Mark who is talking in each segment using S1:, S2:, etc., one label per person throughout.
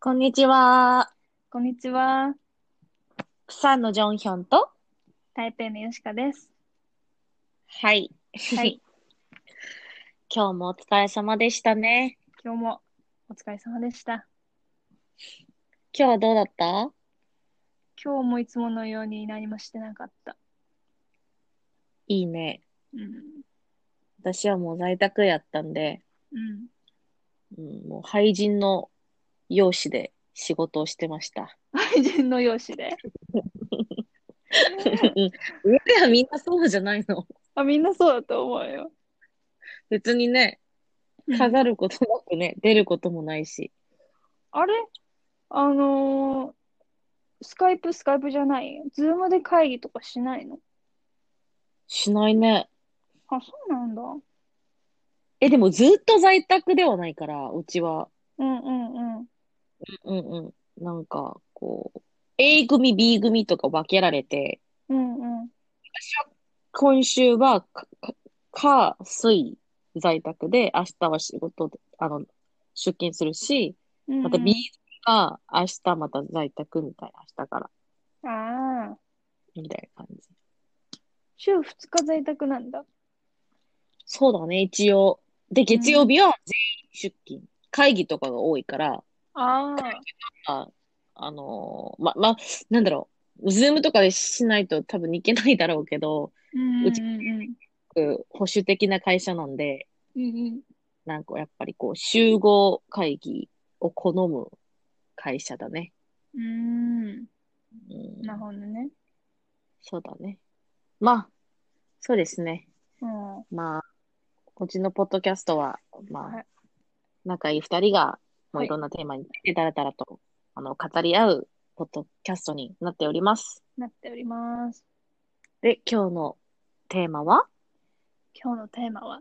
S1: こんにちは。
S2: こんにちは。
S1: プサンのジョンヒョンと。
S2: 台北のよしかです。
S1: はい。
S2: はい。
S1: 今日もお疲れ様でしたね。
S2: 今日もお疲れ様でした。
S1: 今日はどうだった
S2: 今日もいつものように何もしてなかった。
S1: いいね。
S2: うん。
S1: 私はもう在宅やったんで、
S2: うん。
S1: うん、もう廃人の容姿で仕事をしてま した。
S2: 愛人の容姿 で。
S1: うん上ではみんなそうじゃないの。
S2: あ、みんなそうだと思うよ。
S1: 別にね、
S2: うん
S1: 飾ることなくね、出ることもないし。
S2: あれあのースカイプ、スカイプじゃない。ズームで会議とかしないの
S1: しないね。
S2: あ、そうなんだ。
S1: え、でもずっと在宅ではないから、うちは。
S2: うんうんうん。
S1: うんうん。なんか、こう、A 組、B 組とか分けられて、
S2: うんうん。
S1: 今週はか、か、か水、在宅で、明日は仕事で、あの、出勤するし、
S2: うんうん
S1: また B が、明日また在宅みたいな、明日から、
S2: ああ。
S1: みたいな感じ。
S2: 週2日在宅なんだ。
S1: そうだね、一応。で、月曜日は全員出勤。会議とかが多いから、
S2: ああ。
S1: あ、あのーま、ま、なんだろう。ズームとかでしないと多分いけないだろうけど、
S2: うんうん
S1: う
S2: う
S1: ち
S2: ん。
S1: 保守的な会社なんで、
S2: うんうん。
S1: なんかやっぱりこう、集合会議を好む会社だね。
S2: うん。
S1: うん、
S2: なるほどね。
S1: そうだね。まあ、そうですね。
S2: うん。は
S1: まあ、こっちのポッドキャストは、まあ、
S2: い。
S1: 仲いい二人が、も
S2: は
S1: う
S2: い
S1: いろんなテーマについてだらだらと、あの、語り合うポッドキャストになっております。
S2: なっております。
S1: で、今日のテーマは
S2: 今日のテーマは、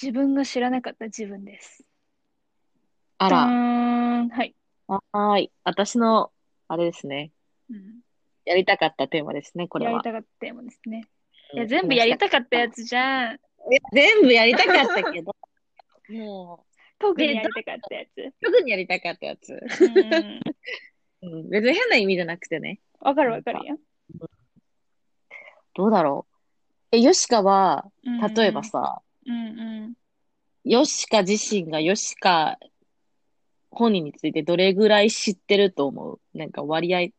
S2: 自分が知らなかった自分です。
S1: あ
S2: う
S1: ら、
S2: ーん。はい。
S1: はーい。私の、あれですね。
S2: うん、
S1: やりたかったテーマですね、これ
S2: やり
S1: は。
S2: たかったテーマですね。
S1: うん
S2: いや、全部やりたかったやつじゃ
S1: い
S2: ん。
S1: や全部やりたかったけど、 も
S2: 特にやりたかったや
S1: う、特にやりたかったやつ。
S2: つ。 うん。
S1: うん、別に変な意味じゃなくてね。
S2: わかるわかるよ。
S1: どうだろう。え、ヨシカは、
S2: うんうん
S1: 例えば。さ、
S2: うんうん。
S1: ヨシカ自身がヨシカ本人についてどれぐらい知ってると思うなんか割合、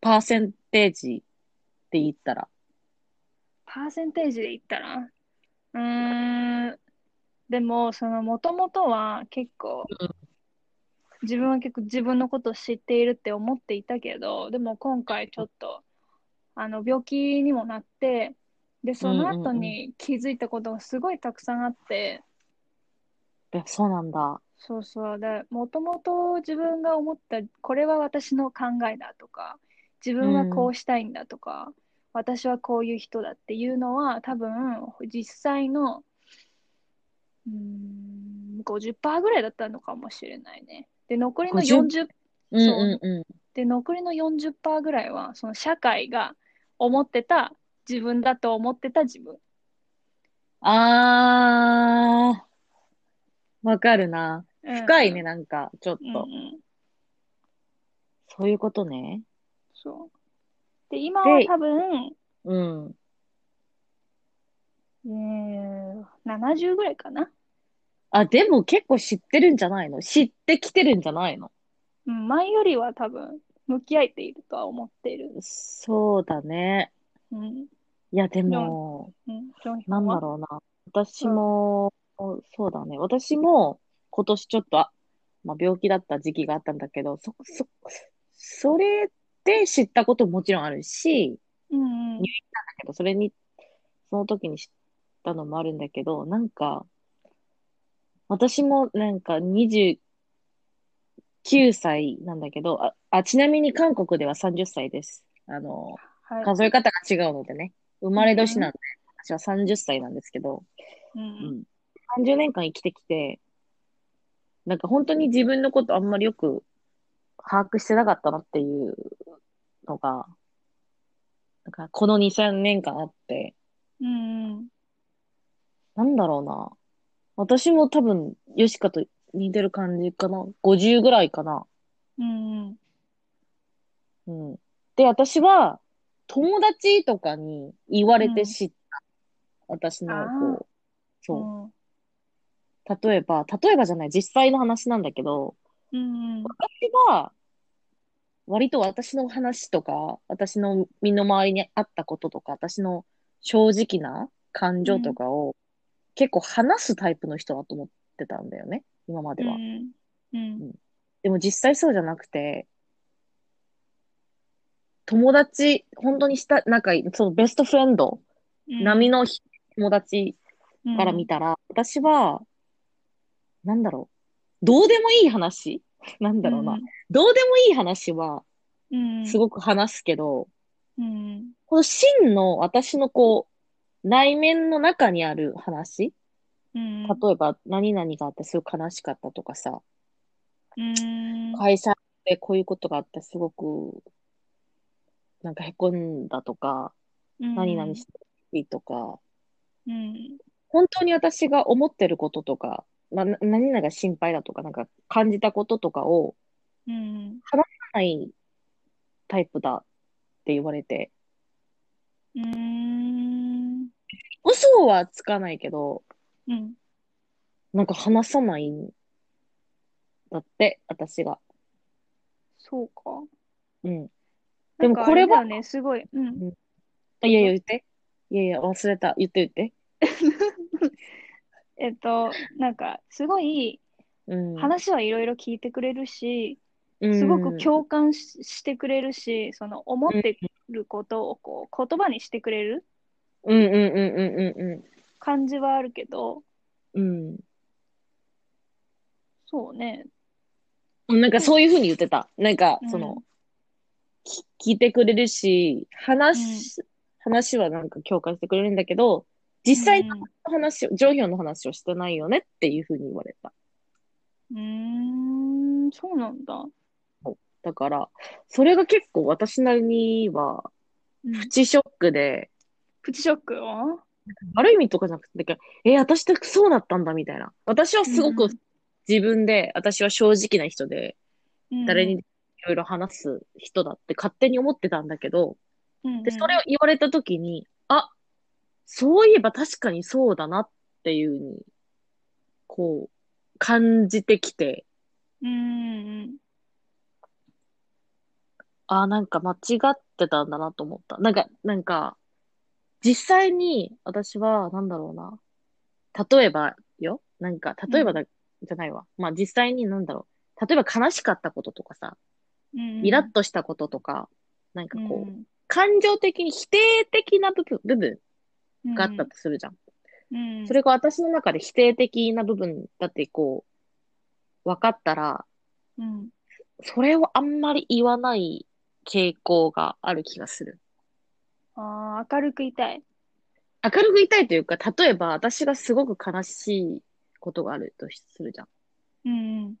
S1: パーセンテージって言ったら。
S2: パーセンテージで言ったらうーんでもそのもともとは結構
S1: うん
S2: 自分は結構自分のことを知っているって思っていたけどでも今回ちょっとあの病気にもなってでその後に気づいたことがすごいたくさんあって、
S1: いや、そうなんだ。
S2: そうそうでもともと自分が思ったこれは私の考えだとか自分はこうしたいんだとか、私はこういう人だっていうのは多分実際のうーん50%ぐらいだったのかもしれないね。で残りの
S1: 50
S2: 40
S1: うんうんう
S2: で残りの40%ぐらいはその社会が思ってた自分だと思ってた自分。
S1: ん。あー、わかるな。
S2: うん
S1: 深いね、。なんか、ちょっ
S2: うんう
S1: と。
S2: ん
S1: そういうことね。
S2: そうで今は
S1: で
S2: 多分
S1: うん。
S2: えー、70ぐらいかな。
S1: あ、でも結構知ってるんじゃないの知ってきてるんじゃないの
S2: うん、前よりは多分、向き合えているとは思っている。
S1: そうだね。
S2: うん。
S1: いや、でも、
S2: うん。ジョンヒョ
S1: なん
S2: ン
S1: だ
S2: は
S1: ろうな。私も、そうだね。私も、今年ちょっと、あまあ、病気だった時期があったんだけど、そ、そ、それで知ったことももちろんあるし、
S2: うんうん。
S1: だけど、それに、その時に知ったのもあるんだけど、なんか、私もなんか29歳なんだけど、あ、あ、ちなみに韓国では30歳です。あの、
S2: はい。
S1: 数え方が違うのでね、生まれ年なんで、私は30歳なんですけど、
S2: う
S1: うんん、30年間生きてきて、なんか本当に自分のことあんまりよく把握してなかったなっていうのが、なんかこの2、3年間あって、
S2: うん。うんうん。
S1: なんだろうな。私も多分、ヨシカと似てる感じかな。50ぐらいかな。
S2: うんうん。
S1: うん。で、私は、友達とかに言われて知った。私
S2: あ
S1: の、
S2: ー
S1: こう、そう。例えば、例えばじゃない、実際の話なんだけど、
S2: うん。うん。
S1: 私は、割と私の話とか、私の身の回りにあったこととか、私の正直な感情とかを、結構話すタイプの人だと思ってたんだよね、今までは。
S2: うん。うん。
S1: でも実際そうじゃなくて、友達、本当にした、仲いい、そのベストフレンド、
S2: うん
S1: 並みのひ友達
S2: うん
S1: から見たら、私は、なんだろう、どうでもいい話 なんだろうな、どうでもいい話は、
S2: うん。
S1: す
S2: い。
S1: ごく話すけど、
S2: うん。
S1: この真の私のこう、内面の中にある話、
S2: うん。
S1: 例えば何々があってすごい悲しかったとかさ、
S2: うん。
S1: 会社でこういうことがあってすごく、なんか凹んだとか、
S2: うん
S1: 何々してほしいとか、
S2: うん。
S1: 本当に私が思ってることとか、まあ、な何々が心配だとか、なんか感じたこととかを、
S2: うん。
S1: ないタイプだって言われて、
S2: うん。
S1: 嘘はつかないけど、
S2: うん。
S1: なんか話さないんだって、私が。
S2: そうか。
S1: うん。
S2: な
S1: で
S2: ん
S1: も
S2: か
S1: これは
S2: あだよね、すごい。うん。
S1: あいやいや、言って。いやいや、忘れた。言って言って。
S2: えっと、なんか、すごい、
S1: うん。
S2: 話はいろいろ聞いてくれるし、
S1: うん、
S2: すごく共感ししてくれるし、その思ってることをこう言葉にしてくれる
S1: うんうんうんうんうんうん。
S2: 感じはあるけど、
S1: うん。
S2: そうね。
S1: なんかそういうふうに言ってた。なんか
S2: う、ん
S1: その、き聞いてくれるし、話し、話はなんか共感してくれるんだけど、実際の
S2: うん
S1: 話を、上表の話をしてないよねっていうふうに言われた。
S2: うーん、そうなんだ。
S1: だから、それが結構私なりには、
S2: うん
S1: プチショックで、
S2: プチショックは
S1: 悪い意味とかじゃなくて、え、私ってそうだったんだみたいな。私はすご
S2: う
S1: く
S2: ん
S1: 自分で、私は正直な人で、
S2: うん
S1: 誰にいろいろ話す人だって勝手に思ってたんだけど、
S2: うんうん
S1: で、それを言われたときに、あ、そういえば確かにそうだなっていうふうに、こう、感じてきて、
S2: うんうん
S1: あ、なんか間違ってたんだなと思った。なんか、なんか、実際に私は、なんだろうな。例えばよ。なんか、例えばだ、じゃないわ。まあ実際になんだろう。例えば悲しかったこととかさ、
S2: うん
S1: イラッとしたこととか、なんかこう、
S2: うん
S1: 感情的に否定的な部分、部分
S2: うん
S1: があったとするじゃん。
S2: うん
S1: それが私の中で否定的な部分だってこう、分かったら、
S2: うん
S1: それをあんまり言わない傾向がある気がする。
S2: あー明るくいたい。
S1: 明るく言いたいというか、例えば私がすごく悲しいことがあるとしするじゃん。
S2: うん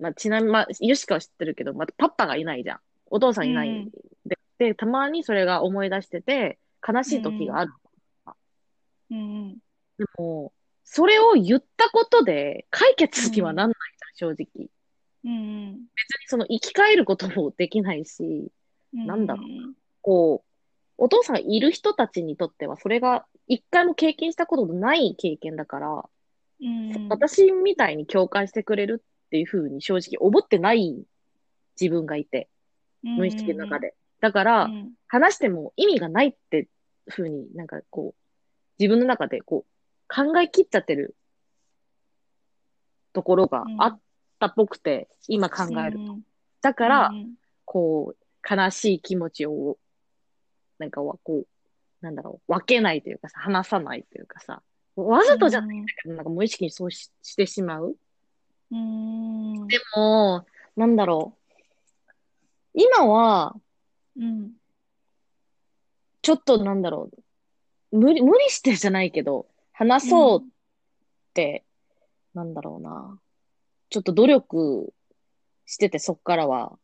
S1: まあ、ちなみに、まあ、ヨシカは知ってるけど、まあ、パパがいないじゃん。お父さんいない、
S2: うん
S1: で。で、たまにそれが思い出してて、悲しい時がある。
S2: うんうん
S1: でも、それを言ったことで解決にはなんないじゃん、正直。
S2: うんうん
S1: その生き返ることもできないし、
S2: うん
S1: なんだろこう、お父さんがいる人たちにとっては、それが一回も経験したことのない経験だから、
S2: うん
S1: 私みたいに共感してくれるっていうふうに正直思ってない自分がいて、無意識の中で。だか
S2: う
S1: ら、
S2: ん
S1: 話しても意味がないってふうになんかこう、自分の中でこう、考え切っちゃってるところがあったっぽくて、今考える。
S2: うん
S1: だから、
S2: うん
S1: こう、悲しい気持ちを、なんかわ、こう、なんだろう、分けないというかさ、話さないというかさ、わざとじゃない
S2: うん
S1: けど、なんか無意識にそうししてしまう。
S2: うん
S1: でも、なんだろう。今は、
S2: うん
S1: ちょっとなんだろう、無理、無理してじゃないけど、話そうって、なんだろうな。ちょっと努力してて、そっからは。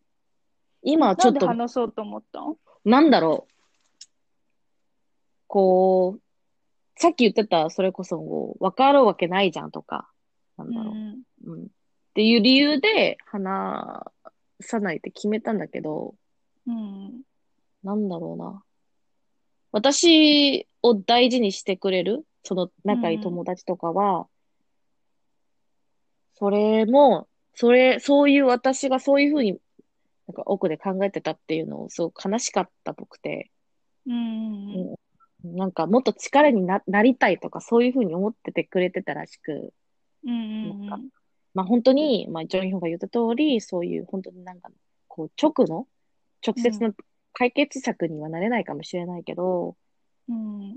S1: 今はちょっと、
S2: なんで話そうと思ったん
S1: なんだろう。こう、さっき言ってた、それこそ、こうわかるわけないじゃんとか、なんだろう
S2: う。ん
S1: うんっていう理由で話さないって決めたんだけど、
S2: うん
S1: なんだろうな。私を大事にしてくれる、その仲いい友達とかは、それも、それ、そういう私がそういうふうに、なんか奥で考えてたっていうのをすごく悲しかったっぽくて、
S2: うんうん
S1: なんかもっと力にな、なりたいとかそういうふうに思っててくれてたらしく、
S2: うんうん
S1: まあ本当に、まあジョンヒョンが言った通り、そういう本当になんか、こう直の、直接の解決策にはなれないかもしれないけど、
S2: うん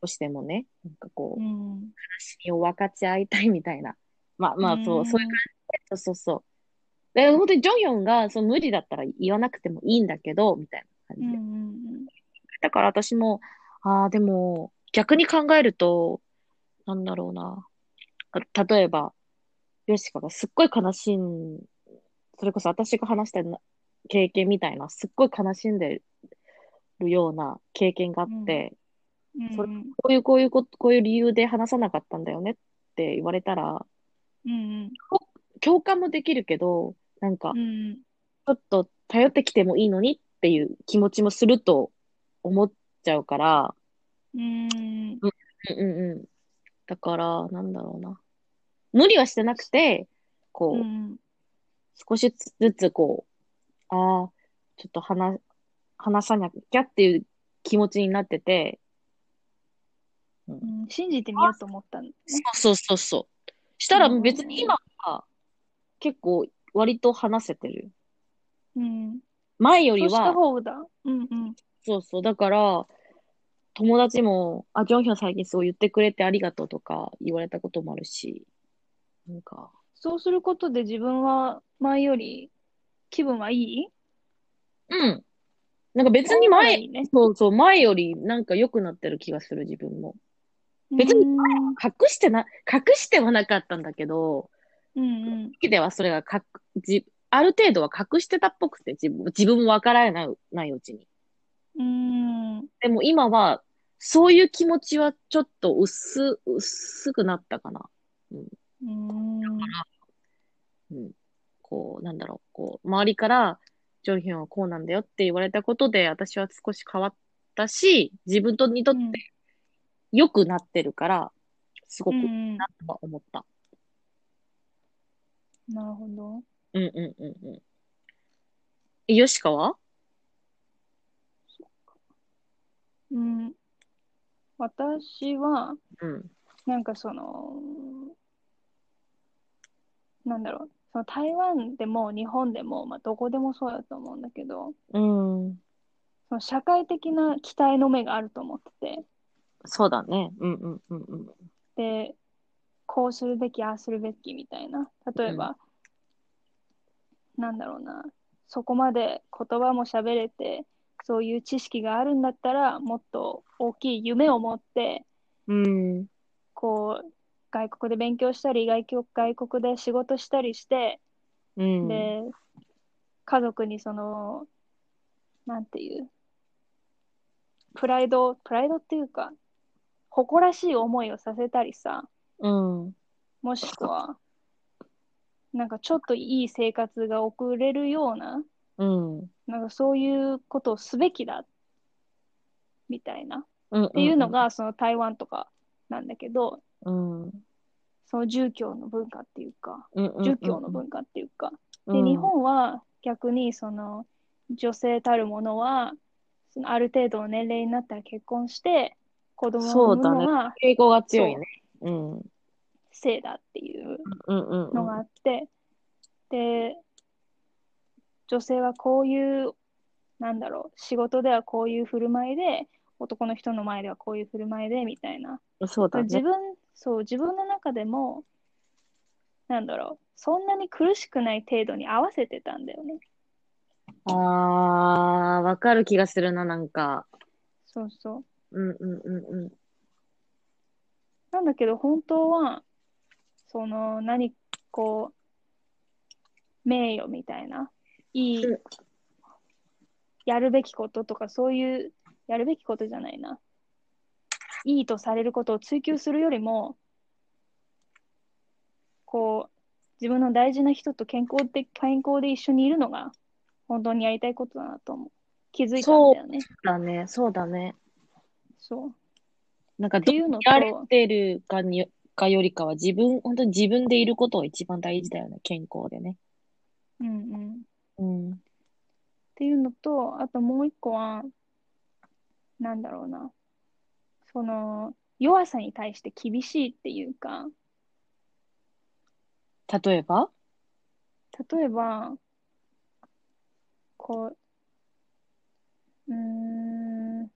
S1: 少しでもね、なんかこ
S2: う
S1: う、悲
S2: ん
S1: しみを分かち合いたいみたいな。まあまあそう、そういううん感じ、そうそうそう。で、本当にジョンヒョンが、その無理だったら言わなくてもいいんだけど、みたいな感じ
S2: うん
S1: で。
S2: うん
S1: だから私も、ああ、でも、逆に考えると、なんだろうな。あ例えば、ヨシカがすっごい悲しん、それこそ私が話したな経験みたいな、すっごい悲しんでるような経験があって、
S2: うん
S1: それこういう、こういうこと、こういう理由で話さなかったんだよねって言われたら、
S2: うん
S1: 共感もできるけど、なんか
S2: う、ん
S1: ちょっと頼ってきてもいいのにっていう気持ちもすると思っちゃうから、
S2: う
S1: う
S2: ん
S1: んうんうん。だから、なんだろうな。無理はしてなくて、こう、
S2: うん
S1: 少しずつこう、ああ、ちょっと話、話さなきゃっていう気持ちになってて、
S2: うん信じてみようと思ったのね。
S1: そうそうそうそう。したら
S2: うん
S1: 別に今は結構割と話せてる。
S2: うん。
S1: 前より
S2: そうした
S1: は、
S2: 方だ。うんうん。
S1: そうそう。だから、友達も、あ、ジョンヒョン最近そう言ってくれてありがとうとか言われたこともあるし、なんか、
S2: そうすることで自分は前より気分はいい
S1: うん。なんか別に前、
S2: いいね。
S1: そうそう、前よりなんか良くなってる気がする、自分も。別に
S2: うん
S1: 隠してな、隠してはなかったんだけど、
S2: うんうん。
S1: 時ではそれがかくじ、ある程度は隠してたっぽくて、自分自分もわからない、ないうちに。
S2: うん。
S1: でも今は、そういう気持ちはちょっと薄、薄くなったかな。
S2: うん。
S1: うん。こう、なんだろう、こう、周りから、ジョンヒョンはこうなんだよって言われたことで、私は少し変わったし、自分とにとって良くなってるから、すご
S2: う
S1: くいい
S2: ん。
S1: なとは思った。
S2: なるほど。
S1: うんうんうんうん。え、ヨシカは
S2: うん。私は、
S1: うん。
S2: なんかその、なんだろう。その台湾でも日本でも、まあ、どこでもそうだと思うんだけど、
S1: うん。
S2: その社会的な期待の目があると思ってて、
S1: そうだね。うんうんうんうん。
S2: で、こうするべき、ああするべきみたいな。例えば、なんだろうな、そこまで言葉も喋れて、そういう知識があるんだったら、もっと大きい夢を持って、
S1: うん。
S2: こう、外国で勉強したり、外国外国で仕事したりして、
S1: うん。
S2: で、家族にその、なんていう、プライド、プライドっていうか、誇らしい思いをさせたりさ、
S1: うん。
S2: もしくは、なんかちょっといい生活が送れるような、
S1: うん。っ
S2: なんかそういうことをすべきだ、みたいな。ってていうの、が、その台湾とかなんだけど、
S1: うん。うん
S2: その住教の文化っていうか、
S1: うんうん。
S2: 儒教の文化っていうか。
S1: 化
S2: で、日本は逆に、その、女性たるものは、そのある程度の年齢になったら結婚して、子供を産むのが
S1: 傾向が強いね。うん。うん
S2: 性だっていう
S1: うんう
S2: の
S1: ん。
S2: があって、で女性はこういうなんだろう仕事ではこういう振る舞いで男の人の前ではこういう振る舞いでみたいな
S1: そうだ
S2: 自
S1: ね。
S2: 分そう自分の中でもなんだろうそんなに苦しくない程度に合わせてたんだよね
S1: ああ、わかる気がするな、なんか。
S2: そうそう
S1: うんうんうんうん。
S2: なんだけど本当はその何こう名誉みたいないい
S1: うん
S2: やるべきこととかそういうやるべきことじゃないないいとされることを追求するよりもこう、自分の大事な人と健康で、健康で一緒にいるのが、本当にやりたいことだなと思う。気づいたんだよね。
S1: だね、そうだね。
S2: そう。
S1: なんか、
S2: って
S1: どう
S2: いうのと、
S1: やれてるかによかよりかは、自分、本当に自分でいることが一番大事だよね、健康でね。
S2: うんうん。っ
S1: うん。
S2: ていうのと、あともう一個は、なんだろうな。その、弱さに対して厳しいっていうか、
S1: 例えば
S2: 例えば、こう、うーん、例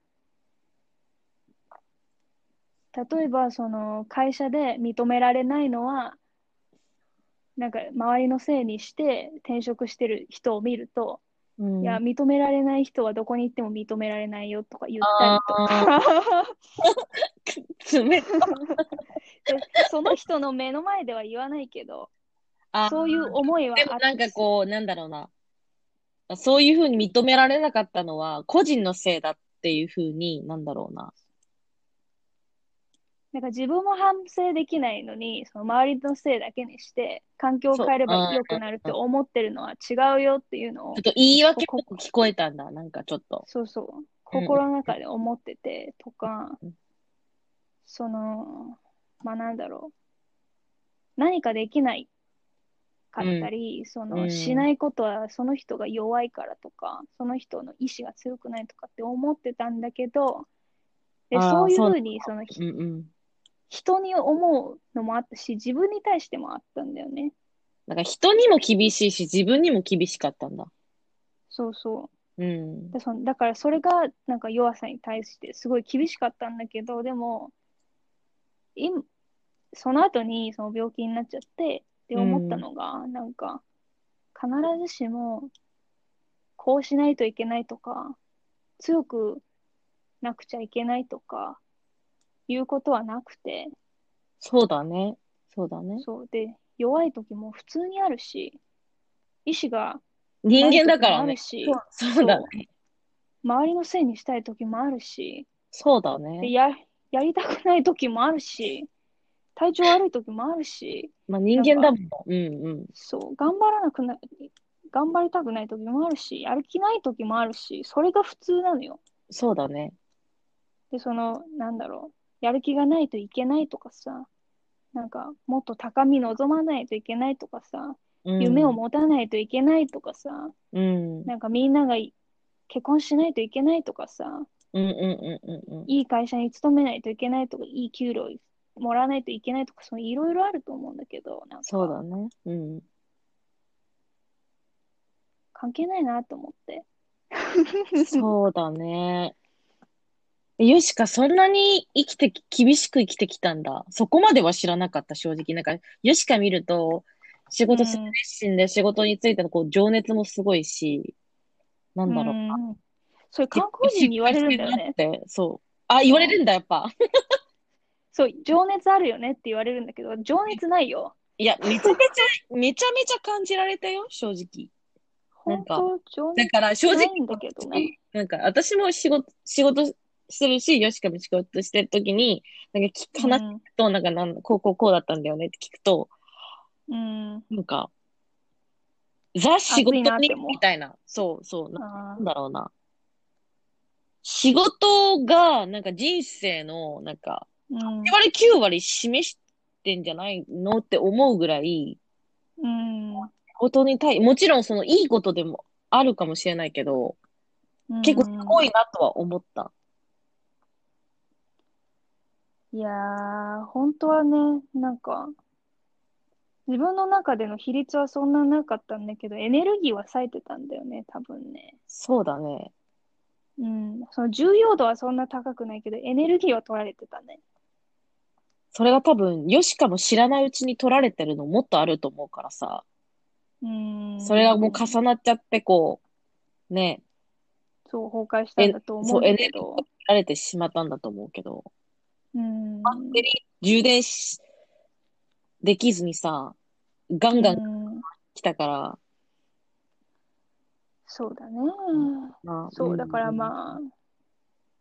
S2: えば、その、会社で認められないのは、なんか、周りのせいにして転職してる人を見ると、
S1: うん
S2: いや、認められない人はどこに行っても認められないよとか言ったりと
S1: あ
S2: か、
S1: ー冷
S2: でその人の目の前では言わないけど、
S1: あー
S2: そういう思いは
S1: でも
S2: あ
S1: なんかこう、なんだろうな。そういうふうに認められなかったのは、個人のせいだっていうふうに、なんだろうな。
S2: なんか自分も反省できないのに、その周りのせいだけにして、環境を変えれば
S1: そう
S2: 良くなるって思ってるのは違うよっていうのを
S1: ちょっ、と言い訳っぽく聞こえたんだ。なんかちょっと。
S2: そうそう、心の中で思っててとか
S1: うん、
S2: その、まあなんだろう、何かできないかったり、そうの、
S1: ん
S2: しないことはその人が弱いからとか、その人の意志が強くないとかって思ってたんだけど、で、
S1: あー
S2: そういうふ
S1: そう
S2: うに、その、
S1: うんうん。
S2: 人に思うのもあったし、自分に対してもあったんだよね。
S1: なんか人にも厳しいし、自分にも厳しかったんだ。
S2: そうそ
S1: うん
S2: う。。でそのだからそれがなんか弱さに対してすごい厳しかったんだけど、でも、今、その後にその病気になっちゃってって思ったのが、なんか、必ずしもこうしないといけないとか、強くなくちゃいけないとか、いうことはなくて、
S1: そうだね。そうだね。
S2: そうで、弱い時も普通にあるし、意志が
S1: 人間だから
S2: ない
S1: ね。
S2: 時
S1: そう
S2: もあるし、
S1: そうだね。
S2: 周りのせいにしたい時もあるし、
S1: そうだ
S2: で
S1: ね。
S2: ややりたくない時もあるし、体調悪い時もあるし、
S1: まあ人間だもん。うんうん。
S2: そう、頑張らなくな、頑張りたくない時もあるし、やる気ない時もあるし、それが普通なのよ。
S1: そうだね。
S2: で、その、なんだろう、やる気がないといけないとかさ、なんか、もっと高み望まないといけないとかさ、
S1: うん
S2: 夢を持たないといけないとかさ、
S1: うん。うん
S2: なんかみんながい結婚しないといけないとかさ、
S1: うんうんうんうん。
S2: いい会社に勤めないといけないとか、いい給料もらわないといけないとか、そのいろいろあると思うんだけど、なん
S1: そう
S2: か
S1: だね。うん。
S2: 関係ないなと思って。
S1: そうだね。よしか、そんなに生きてき、厳しく生きてきたんだ。そこまでは知らなかった、正直。なんか、よしか見ると、仕事熱心で仕事についてのこう情熱もすごいし、な
S2: うん
S1: だろう。
S2: ん。それ韓国人に言われるんだよ
S1: 失
S2: ね。
S1: 敗してるなって。そう。あ、言われるんだ、やっぱ。
S2: そう、情熱あるよねって言われるんだけど、情熱ないよ。
S1: いや、めちゃめちゃ、めちゃめちゃ感じられたよ、正直。なん
S2: 本
S1: か
S2: 当、情
S1: だ
S2: 熱
S1: から、正
S2: な
S1: 直、
S2: いんだけどね。
S1: なんか、私も仕事、仕事してるし、よしかも仕事してるときに、なんか聞、話
S2: うん
S1: と、なんか、なん、こう、こう、こうだったんだよねって聞くと、
S2: うん。
S1: なんか、ザ仕事
S2: 熱いなっ
S1: に
S2: ても
S1: みたいな、そうそう、な
S2: あ
S1: なんだろうな。仕事が、なんか人生の、なんか、
S2: ーうん
S1: 8割9割示してんじゃないのって思うぐらい、
S2: うん。
S1: 仕事に対、もちろんそのいいことでもあるかもしれないけど、
S2: うん
S1: 結構すごいなとは思った。
S2: いやー、本当はね、なんか、自分の中での比率はそんななかったんだけど、エネルギーは割いてたんだよね、多分ね。
S1: そうだね。
S2: うん。その重要度はそんな高くないけど、エネルギーは取られてたね。
S1: それが多分、ヨシカも知らないうちに取られてるのもっとあると思うからさ、
S2: うん。
S1: それがもう重なっちゃって、こう、ね、
S2: そう、崩壊したんだと思うんだけど。
S1: られてしまったんだと思うけど、
S2: うん。
S1: バッテリー充電し、できずにさ、ガンガン
S2: うん
S1: 来たから、
S2: そうだね。
S1: まあ
S2: そう、だから
S1: あ、
S2: ま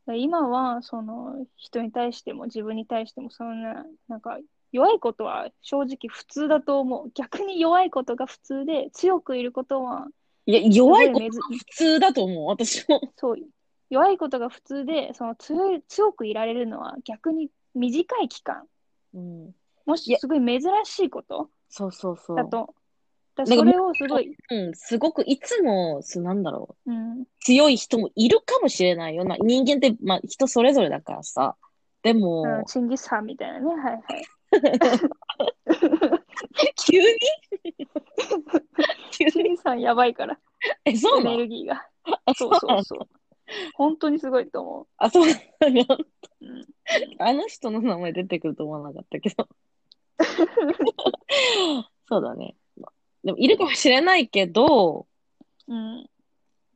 S2: あ、今は、その、人に対しても自分に対しても、そんな、なんか、弱いことは正直普通だと思う。逆に弱いことが普通で、強くいることは、
S1: いや、弱いこと
S2: すごい
S1: 普通だと思う、私も。
S2: そう、弱いことが普通で、その強い、強くいられるのは逆に短い期間、
S1: うん、
S2: も
S1: い
S2: し
S1: や
S2: すごい珍しいこと
S1: そうそうそう。
S2: だと、だ
S1: なんか
S2: それをすごい、
S1: うん、すごくいつも、そうなんだろう、
S2: うん、
S1: 強い人もいるかもしれないよな。人間って、まあ、人それぞれだからさ。でも、
S2: うん、チンギスハンみたいなね、はいはい。
S1: 急に 急
S2: チン
S1: に
S2: ギスハンやばいから、
S1: え、そう
S2: エ
S1: な
S2: ネ
S1: の
S2: ルギーが。
S1: あ
S2: そう
S1: な
S2: そ
S1: の
S2: うそう。 本当にすごいと思
S1: あ、そうなの
S2: う。うん、
S1: あの人の名前出てくると思わなかったけど。 そうだね。まあでも、いるかもしれないけど、
S2: うん、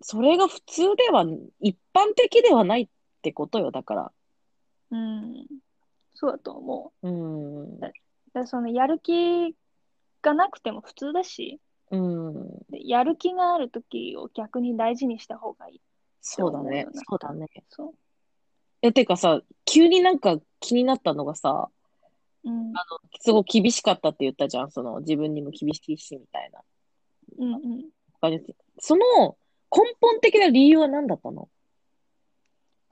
S1: それが普通では、一般的ではないってことよ、だから。
S2: うん、そうだと思う。
S1: うん。
S2: だからそのやる気がなくても普通だし、
S1: うん。
S2: でやる気がある時を逆に大事にした方がいい。
S1: そうだね
S2: って思うよな。
S1: そうだね。
S2: そ
S1: え、てかさ、急になんか気になったのがさ、
S2: う。うん、
S1: すごい厳しかったって言ったじゃん。その、自分にも厳しいし、みたいな。
S2: うん、うん。
S1: その、根本的な理由は何だったの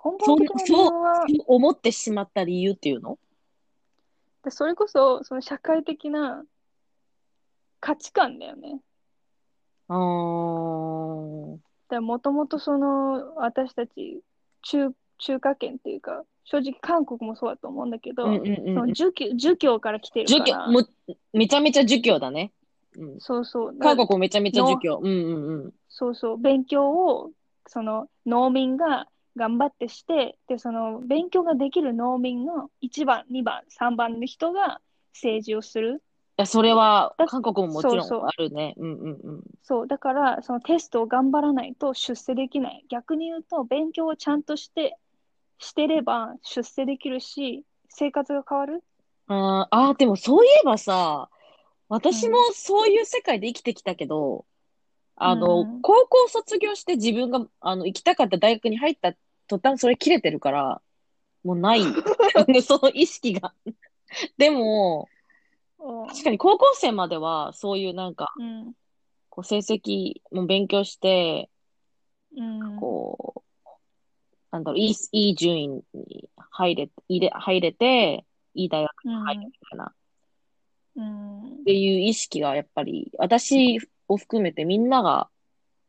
S2: 根本的な理由は、
S1: そう思ってしまった理由っていうの
S2: でそれこそ、その社会的な価値観だよね。
S1: あー。
S2: だもともとその、私たち、中、中華圏っていうか、正直韓国もそうだと思うんだけど、
S1: うんうん
S2: そ
S1: うん
S2: の。儒教、儒教から来てる
S1: 儒
S2: か
S1: 教、
S2: ら、
S1: もうめちゃめちゃ儒教だね。うん。
S2: そうそう、
S1: 韓国もめちゃめちゃ儒教。うんうんうん。
S2: そうそう、勉強を、その農民が頑張ってして、で、その勉強ができる農民の1番、2番、3番の人が政治をする。
S1: いや、それは
S2: だ、
S1: 韓国ももちろ
S2: そうそ
S1: ん
S2: う
S1: あるね。うんうんうん。
S2: そう、だから、そのテストを頑張らないと出世できない。逆に言うと、勉強をちゃんとして、してれば出世できるし、生活が変わる。
S1: あーあー、でもそういえばさ、私もそういう世界で生きてきたけど、あの、
S2: うん
S1: 高校卒業して自分が、あの、行きたかった大学に入った途端それ切れてるから、もう ない。その意識が。でも、
S2: うん
S1: 確かに高校生までは、そういうなんか、
S2: うん。
S1: こう成績も勉強して、
S2: うん。
S1: こう、なんだろう、いい、いい順位に入れ、入れ、入れて、いい大学
S2: うん。
S1: 入るみたいな。
S2: うん
S1: っ。ていう意識がやっぱり、私を含めてみんなが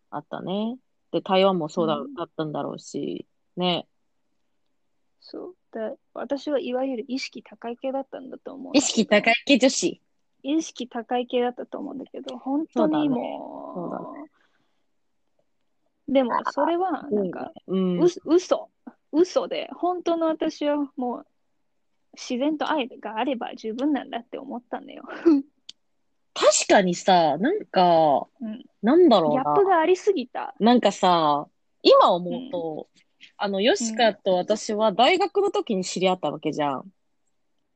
S1: あったね。で、台湾もそうだ、
S2: うん
S1: だったんだろうし、ね。
S2: そう。で、私はいわゆる意識高い系だったんだと思うんだけど。
S1: 意識高い系女子。
S2: 意識高い系だったと思うんだけど、本当
S1: そうだね
S2: にもう、でもそれはなんか、
S1: うん。
S2: う嘘、嘘で、本当の私はもう、自然と愛があれば十分なんだって思ったんだよ。
S1: 確かにさ、なんか、
S2: うん
S1: なんだ
S2: ギ
S1: ろう
S2: ャッ
S1: な
S2: プ。がありすぎた。
S1: なんかさ、今思うと、あの、ヨシカと私は大学の時に知り合ったわけじゃん。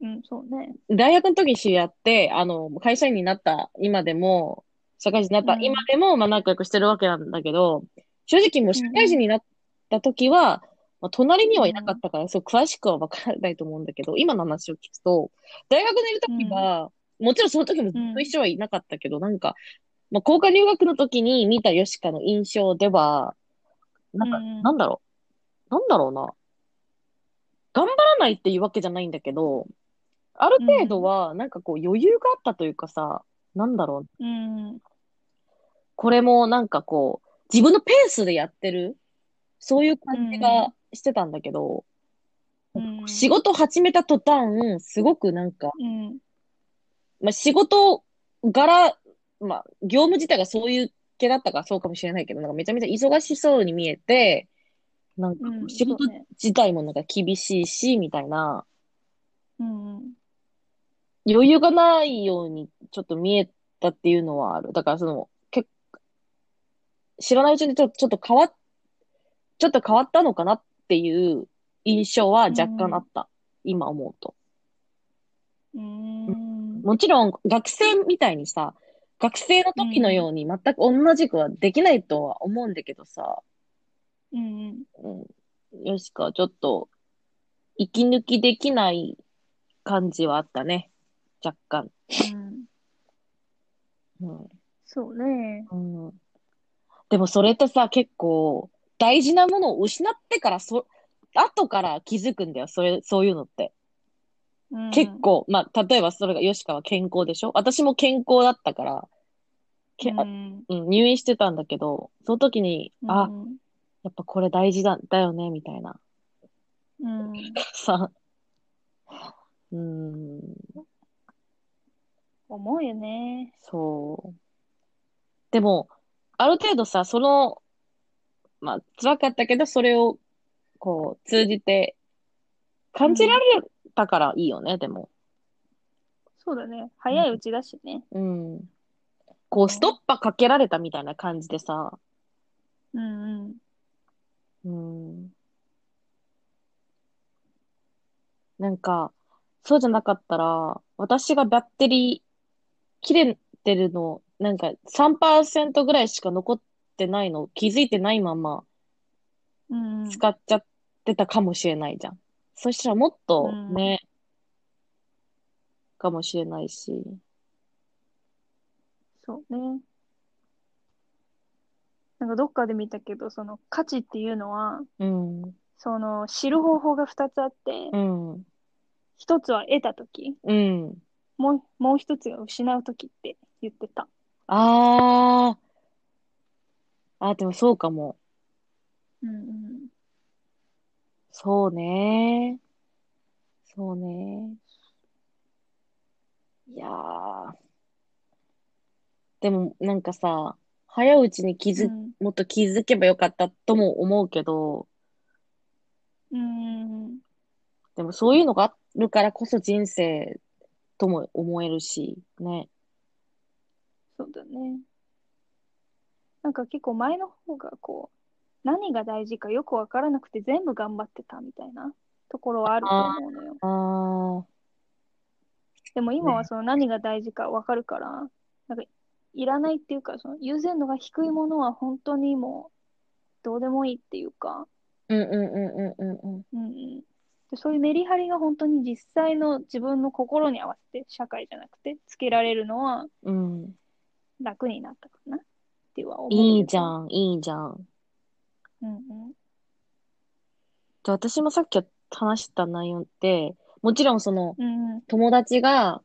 S2: うん、そうね。
S1: 大学の時に知り合って、あの、会社員になった今でも、社会人になった
S2: うん
S1: 今でも、まあ仲良くしてるわけなんだけど、正直もう社会人になった時は、まあ、隣にはいなかったから、そう詳しくは分からないと思うんだけど、今の話を聞くと、大学にいる時は、もちろんその時もずっと一緒はいなかったけど、なんか、まあ、高校入学の時に見たヨシカの印象では、なんか、
S2: うん
S1: なんだろう。なんだろうな。頑張らないっていうわけじゃないんだけど、ある程度は、なんかこう余裕があったというかさ、なんだろう。
S2: うん、
S1: これもなんかこう、自分のペースでやってる、そういう感じがしてたんだけど、
S2: うん、
S1: 仕事始めた途端、すごくなんか、
S2: うん、
S1: まあ、仕事柄、まあ、業務自体がそういう系だったからそうかもしれないけど、なんかめちゃめちゃ忙しそうに見えて、なんか
S2: うん、
S1: 仕
S2: そ
S1: 事
S2: うね。
S1: 自体もなんか厳しいし、みたいな、
S2: うん、
S1: 余裕がないようにちょっと見えたっていうのはある。だからその、結知らないうちにちょちょっと変わっ、ちょっと変わったのかなっていう印象は若干あった。今思うと。
S2: うん、うん、
S1: もちろん学生みたいにさ、学生の時のように全く同じくはできないとは思うんだけどさ、
S2: うん、
S1: うん。よしか、ちょっと、息抜きできない感じはあったね。若干。
S2: うん、
S1: うん
S2: そうね。
S1: うん、でもそれってさ、結構、大事なものを失ってから、そ、後から気づくんだよ、それ、そういうのって。
S2: うん
S1: 結構、まあ、例えばそれが、ヨシカは健康でしょ私も健康だったから、け、
S2: う
S1: あ
S2: ん、
S1: うん、入院してたんだけど、その時に、
S2: う
S1: あ、
S2: ん
S1: やっぱこれ大事だ、だよね、みたいな。
S2: うん、
S1: さ、うん、
S2: 思うよね。
S1: そう。でも、ある程度さ、その、まあ、辛かったけど、それを、こう、通じて、感じられたからいいよね、でも。
S2: そうだね。早いうちだしね。
S1: うん。こう、ストッパーかけられたみたいな感じでさ、
S2: うんう
S1: う
S2: ん。
S1: ん。なんか、そうじゃなかったら、私がバッテリー切れてるの、なんか3%ぐらいしか残ってないの、気づいてないまま、
S2: うんうん、
S1: 使っちゃってたかもしれないじゃん。そしたらもっとね、かもしれないし。
S2: そうね。なんかどっかで見たけど、その価値っていうのは、
S1: うん。う
S2: その知る方法が2つあって、
S1: ん。
S2: 1つは得たとき、
S1: うん。
S2: もうもう1つが失うときって言ってた。
S1: あー。あー、でもそうかも。
S2: うんうん、
S1: そうね。そうね。いやー。でもなんかさ、早いうちに気づ、
S2: うん
S1: もっと気づけばよかったとも思うけど、
S2: うんうん、
S1: でもそういうのがあるからこそ人生とも思えるし、ね。
S2: そうだね。なんか結構前の方がこう、何が大事かよくわからなくて全部頑張ってたみたいなところはあると思うのよ。
S1: ああ、
S2: でも今
S1: ね
S2: はその何が大事かわかるから、なんかいらないっていうか、その優先度が低いものは本当にもうどうでもいいっていうか、
S1: うんうんうんうんうんうん。
S2: うんうん、でそういうメリハリが本当に実際の自分の心に合わせて社会じゃなくてつけられるのは
S1: うん。
S2: 楽になったかなっては思うけど。
S1: いいじゃん、いいじゃん。
S2: うんうん。
S1: で、私もさっき話した内容って、もちろんその
S2: うんうん。
S1: 友達が、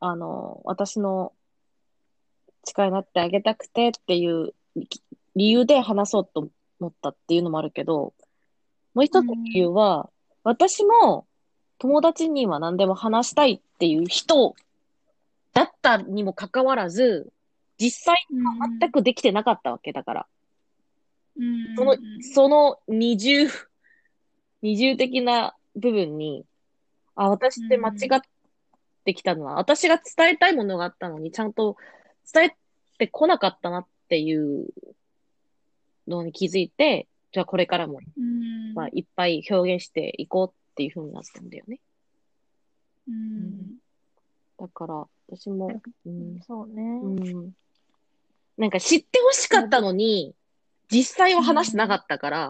S1: あの、私の力になってあげたくてっていうき理由で話そうと思ったっていうのもあるけど、もう一つの理由は、私も友達には何でも話したいっていう人だったにもかかわらず、実際
S2: うん
S1: 全くできてなかったわけだから、
S2: うん、
S1: その
S2: うんうん
S1: その二重、 二重的な部分に、あ、私って間違ってきたのは、私が伝えたいものがあったのに、ちゃんと伝えてこなかったなっていうのに気づいて、じゃあこれからも、
S2: うん
S1: まあ、いっぱい表現していこうっていう風になったんだよね。
S2: うん
S1: だから、私も、うん、
S2: そう
S1: う
S2: ね。
S1: ん。なんか知ってほしかったのに、実際は話してなかったから、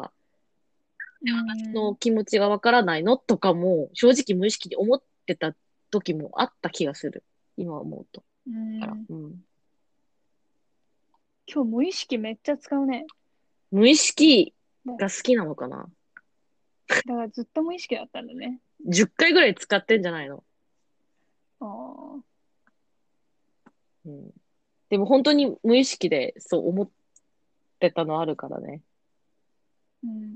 S2: うん
S1: の気持ちがわからないのとかも、正直無意識で思ってた時もあった気がする。今思うと。
S2: うん
S1: だから
S2: 今
S1: うん、
S2: 日無意識めっちゃ使うね。
S1: 無意識が好きなのかな
S2: だからずっと無意識だったんだね。
S1: ?10 回ぐらい使ってんじゃないの、
S2: ああ。
S1: うん、でも本当に無意識でそう思ってたのあるからね。
S2: うん。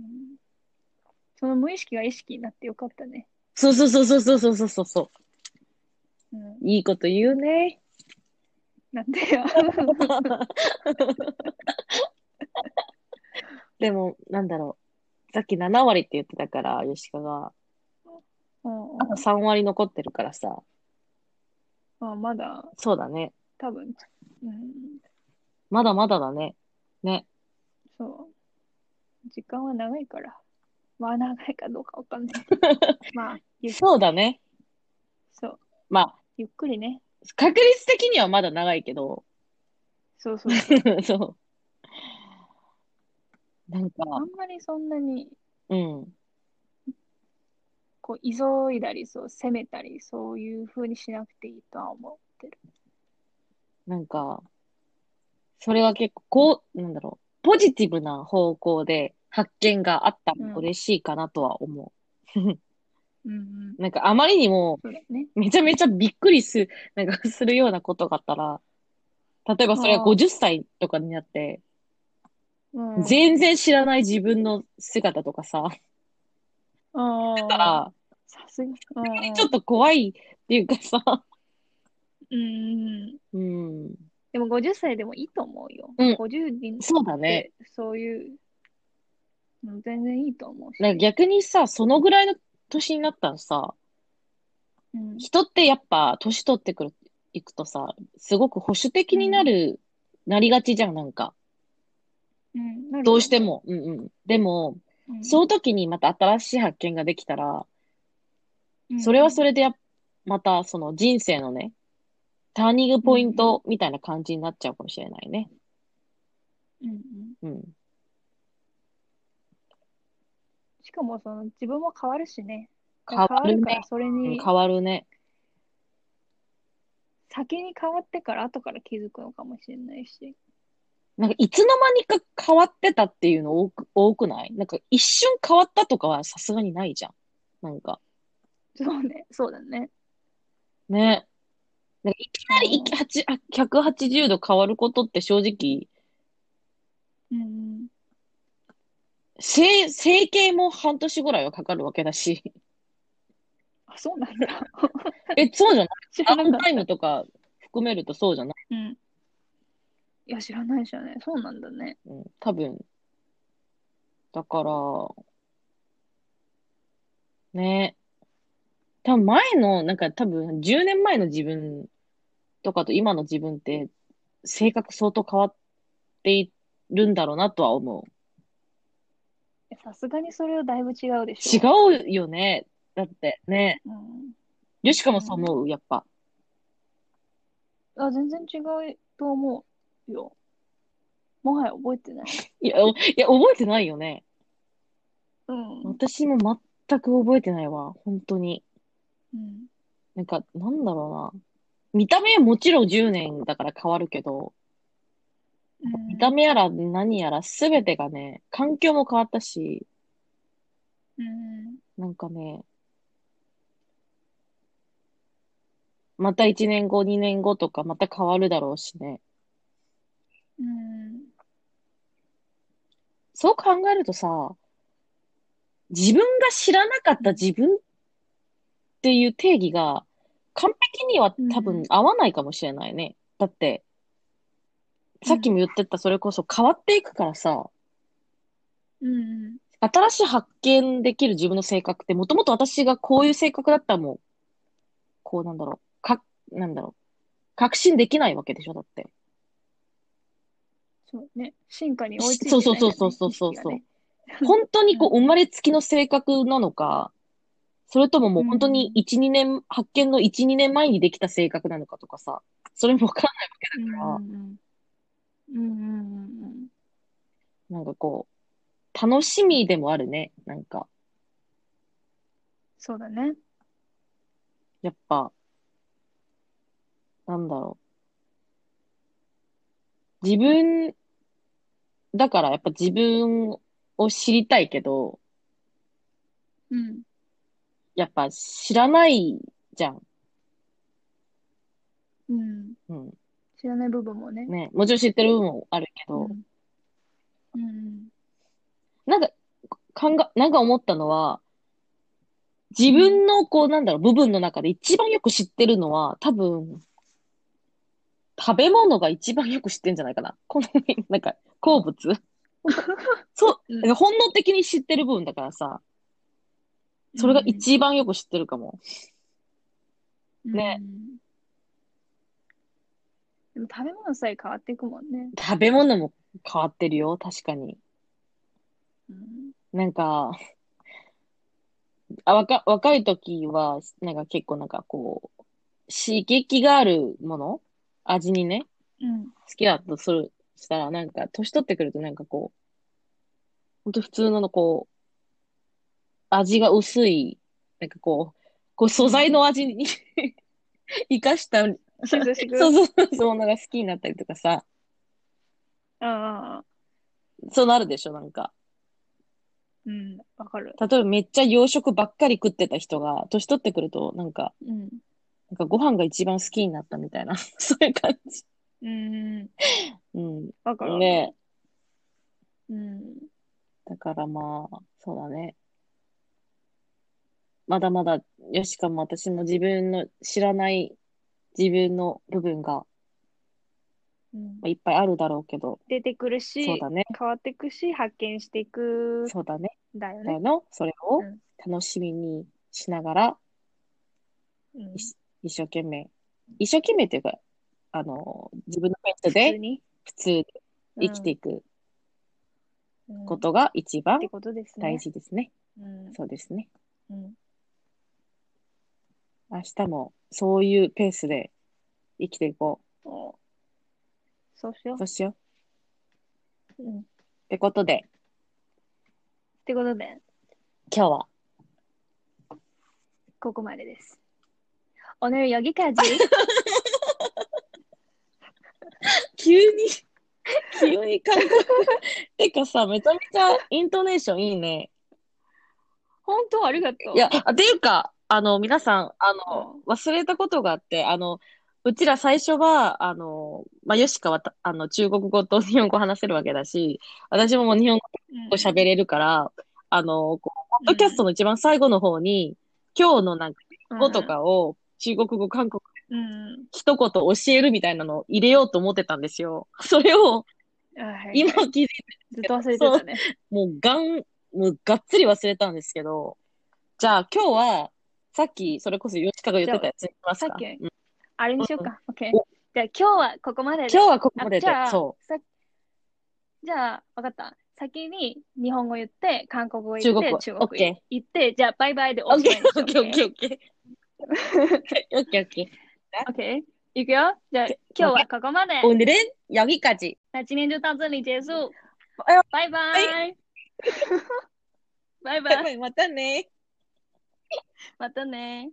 S2: その無意識が意識になってよかったね。
S1: そうそうそうそうそうそうそうそう。
S2: うん。
S1: いいこと言う ね。
S2: なんで よ。
S1: でも、なんだろう。さっき7割って言ってたから、吉川が。
S2: うんうん
S1: あと3割残ってるからさ。
S2: あまだ
S1: そうだね。
S2: 多分。うん。
S1: まだまだだね。ね。
S2: そう。時間は長いから。まあ長いかどうかわかん ない。まあ、ゆっ
S1: そうだね。
S2: そう。
S1: まあ、
S2: ゆっくりね。
S1: 確率的にはまだ長いけど、
S2: そうそう。
S1: そう。なんか
S2: あ、んまりそんなに
S1: うん。
S2: こう急いだりそう責めたりそういう風にしなくていいとは思ってる。
S1: なんか、それは結構、こう、なんだろう、ポジティブな方向で発見があった
S2: うん
S1: ら嬉しいかなとは思う。
S2: うんうん、
S1: なんかあまりにも、
S2: そうだね。
S1: めちゃめちゃびっくりす、なんか するようなことがあったら、例えばそれが
S2: あー
S1: 50歳とかになって、
S2: うん、
S1: 全然知らない自分の姿とかさ、
S2: あ
S1: だから、
S2: さすが、うんうん
S1: ちょっと怖いっていうかさ、
S2: うんうんうん、
S1: うん。
S2: でも50歳でもいいと思うよ。
S1: うん
S2: 50人っ
S1: そうだね。
S2: てそういう、うん全然いいと思うし。
S1: なんか逆にさ、そのぐらいの年になったらさ、
S2: うん、
S1: 人ってやっぱ年取ってくる、いくとさ、すごく保守的になる、なりがちじゃん、なんか。
S2: うんなるよ
S1: どうしても。うんうん。でも、
S2: うん
S1: その時にまた新しい発見ができたら、それはそ
S2: れ、
S1: れでやっ、またその人生のね、ターニングポイントみたいな感じになっちゃうかもしれないね。
S2: うんうん。
S1: うん。
S2: しかもその自分も変わるしね。
S1: 変わるね
S2: から、それに、
S1: 変わるね。
S2: 先に変わってから後から気づくのかもしれないし。
S1: なんかいつの間にか変わってたっていうの多く、多くないなんか一瞬変わったとかはさすがにないじゃん。なんか。
S2: そうね、そうだね。
S1: ね。なんかいきなりいきはちあ180度変わることって正直、
S2: うんうん。
S1: 整整形も半年ぐらいはかかるわけだし。
S2: あ、そうな んだ。
S1: え、そうじゃない
S2: 知
S1: ア
S2: らな
S1: ン
S2: かっ
S1: タイム
S2: た。
S1: とか含めるとそうじゃない、
S2: うん。いや、知らないじゃない。そうなんだね。
S1: うん、多分。だから、ね。多分前の、なんか多分10年前の自分とかと今の自分って性格相当変わっているんだろうなとは思う。
S2: さすがにそれはだいぶ違うでし
S1: 違
S2: ょ。
S1: うよね。だってね。
S2: う。うん
S1: よしかもそう思う、やっぱ。
S2: あ、全然違うと思うよ。もはや覚えてない。
S1: いや、おいや、覚えてないよね。
S2: うん。
S1: 私も全く覚えてないわ。本当に。
S2: うん。
S1: なんか、なんだろうな。見た目はもちろん10年だから変わるけど、
S2: うん
S1: 見た目やら何やら全てがね、環境も変わったし、
S2: うん。
S1: なんかね、また1年後、2年後とかまた変わるだろうしね。
S2: うん。
S1: そう考えるとさ、自分が知らなかった自分っていう定義が完璧には多
S2: う
S1: 分
S2: ん
S1: 合わないかもしれないね。だって、さっきも言ってたそれこそ変わっていくからさ、
S2: うん。
S1: 新しい発見できる自分の性格ってもともと私がこういう性格だったらもう、こうなんだろう、か、なんだろう、確信できないわけでしょだって。
S2: そうね。進化に追いついて
S1: そうそうそうそうそうそう。本当にこう、生まれつきの性格なのか、それとももう本当に1、2年、発見の1、2年前にできた性格なのかとかさ、それもわかんない。
S2: う
S1: ら
S2: ん。うん。うん。うん。
S1: なんかこう、楽しみでもあるね。なんか、
S2: そうだね。
S1: やっぱ、なんだろう。自分、だからやっぱ自分を知りたいけど、
S2: うん。
S1: やっぱ知らないじゃん。
S2: うん。
S1: うん。
S2: 知らない部分もね。
S1: ね。もちろん知ってる部分もあるけ
S2: う
S1: ど、
S2: ん。うん。
S1: なんか、かんが、なんか思ったのは、自分の、こう、なんだろう、部分の中で一番よく知ってるのは、多分、食べ物が一番よく知ってんじゃないかな。この、なんか、好 物そうう、
S2: ん
S1: なんか本能的に知ってる部分だからさ、それが一番よく知ってるかも。ね
S2: うん。でも食べ物さえ変わっていくもんね。
S1: 食べ物も変わってるよ、確かに。
S2: うん。
S1: なんか、あ、若、若い時は、なんか結構なんかこう、刺激があるもの味にね、
S2: うん。
S1: 好きだとする、したら、なんか、年取ってくるとなんかこう、ほんと普通のこう、味が薄い、なんかこう、こう素材の味に 生かした、そう
S2: しずしぐ。
S1: そうそう、のが好きになったりとかさ、
S2: ああ、
S1: そうなるでしょ、なんか。
S2: うん、わかる。
S1: 例えばめっちゃ洋食ばっかり食ってた人が、年取ってくると、なんか、
S2: うん。
S1: なんかご飯が一番好きになったみたいな、 そういう感じ。
S2: うん、
S1: うん。
S2: わかる。
S1: ね
S2: うん。
S1: だからまあ、そうだね。まだまだ、よしかも私も自分の知らない自分の部分が
S2: うん
S1: いっぱいあるだろうけど、
S2: 出てくる
S1: そう
S2: し、
S1: だね。
S2: 変わっていくし、発見していくん
S1: そうだね。
S2: だよ
S1: だ
S2: ね。
S1: よの、それを
S2: うん
S1: 楽しみにしながら、
S2: うん
S1: 一生懸命、一生懸命っていうか、あの、自分のペース
S2: 普通
S1: で
S2: に
S1: 普通に生きていく
S2: うん
S1: ことが一番
S2: ってことですね。
S1: 大事ですね。
S2: うん
S1: そうですね。
S2: うん
S1: 明日もそういうペースで生きていこ
S2: おそうしよ
S1: う。そうしよう。っ
S2: う。うん、って
S1: ことで、
S2: てことで、
S1: 今日は
S2: ここまでです。おのよぎ かじ。
S1: 急に、 急に感覚。てかさ、めちゃめちゃイントネーションいいね。
S2: 本当ありがとう。
S1: いや、っていうか、あの、皆さん、あの、
S2: う
S1: 忘れたことがあって、あの、うちら最初は、あの、まあ、よしかはた、あの、中国語と日本語話せるわけだし、私ももう日本
S2: うん、
S1: 語喋れるから、あの、こうポッドキャストの一番最後の方に、今日のなんか、
S2: の
S1: 語と、かを中国語、韓国語
S2: うんうん
S1: 一言教えるみたいなのを入れようと思ってたんですよ。それを
S2: あはい
S1: 今気づいて、
S2: ずっと忘れてたね。
S1: もうがん、もうがっつり忘れたんですけど、じゃあ今日は、さっき、それこそ吉川が言ってたやつにします
S2: さっ
S1: か。
S2: き、
S1: うん
S2: あれにしようか。オッケー
S1: お。
S2: じゃあ今日はここまでで
S1: 今日はここまでで
S2: あじゃ、あ
S1: そ
S2: さじゃあ、わかった。先に日本語言って、韓国語言
S1: 中
S2: っ
S1: 国語
S2: て、中国
S1: オッケー
S2: 語言って、じゃあ、バイバイで
S1: う。オッケー、オ
S2: オ
S1: ッケ
S2: ッケ
S1: ー、
S2: ー
S1: オッケー、オッケー。オッケー、オッケー。
S2: オッケー。いくよ。じゃあ、 今日はここまで。
S1: 오늘은 여기까지.
S2: 那今天就到这里结束
S1: 哎呦，
S2: 拜拜，拜拜，
S1: 맞다네.
S2: またね。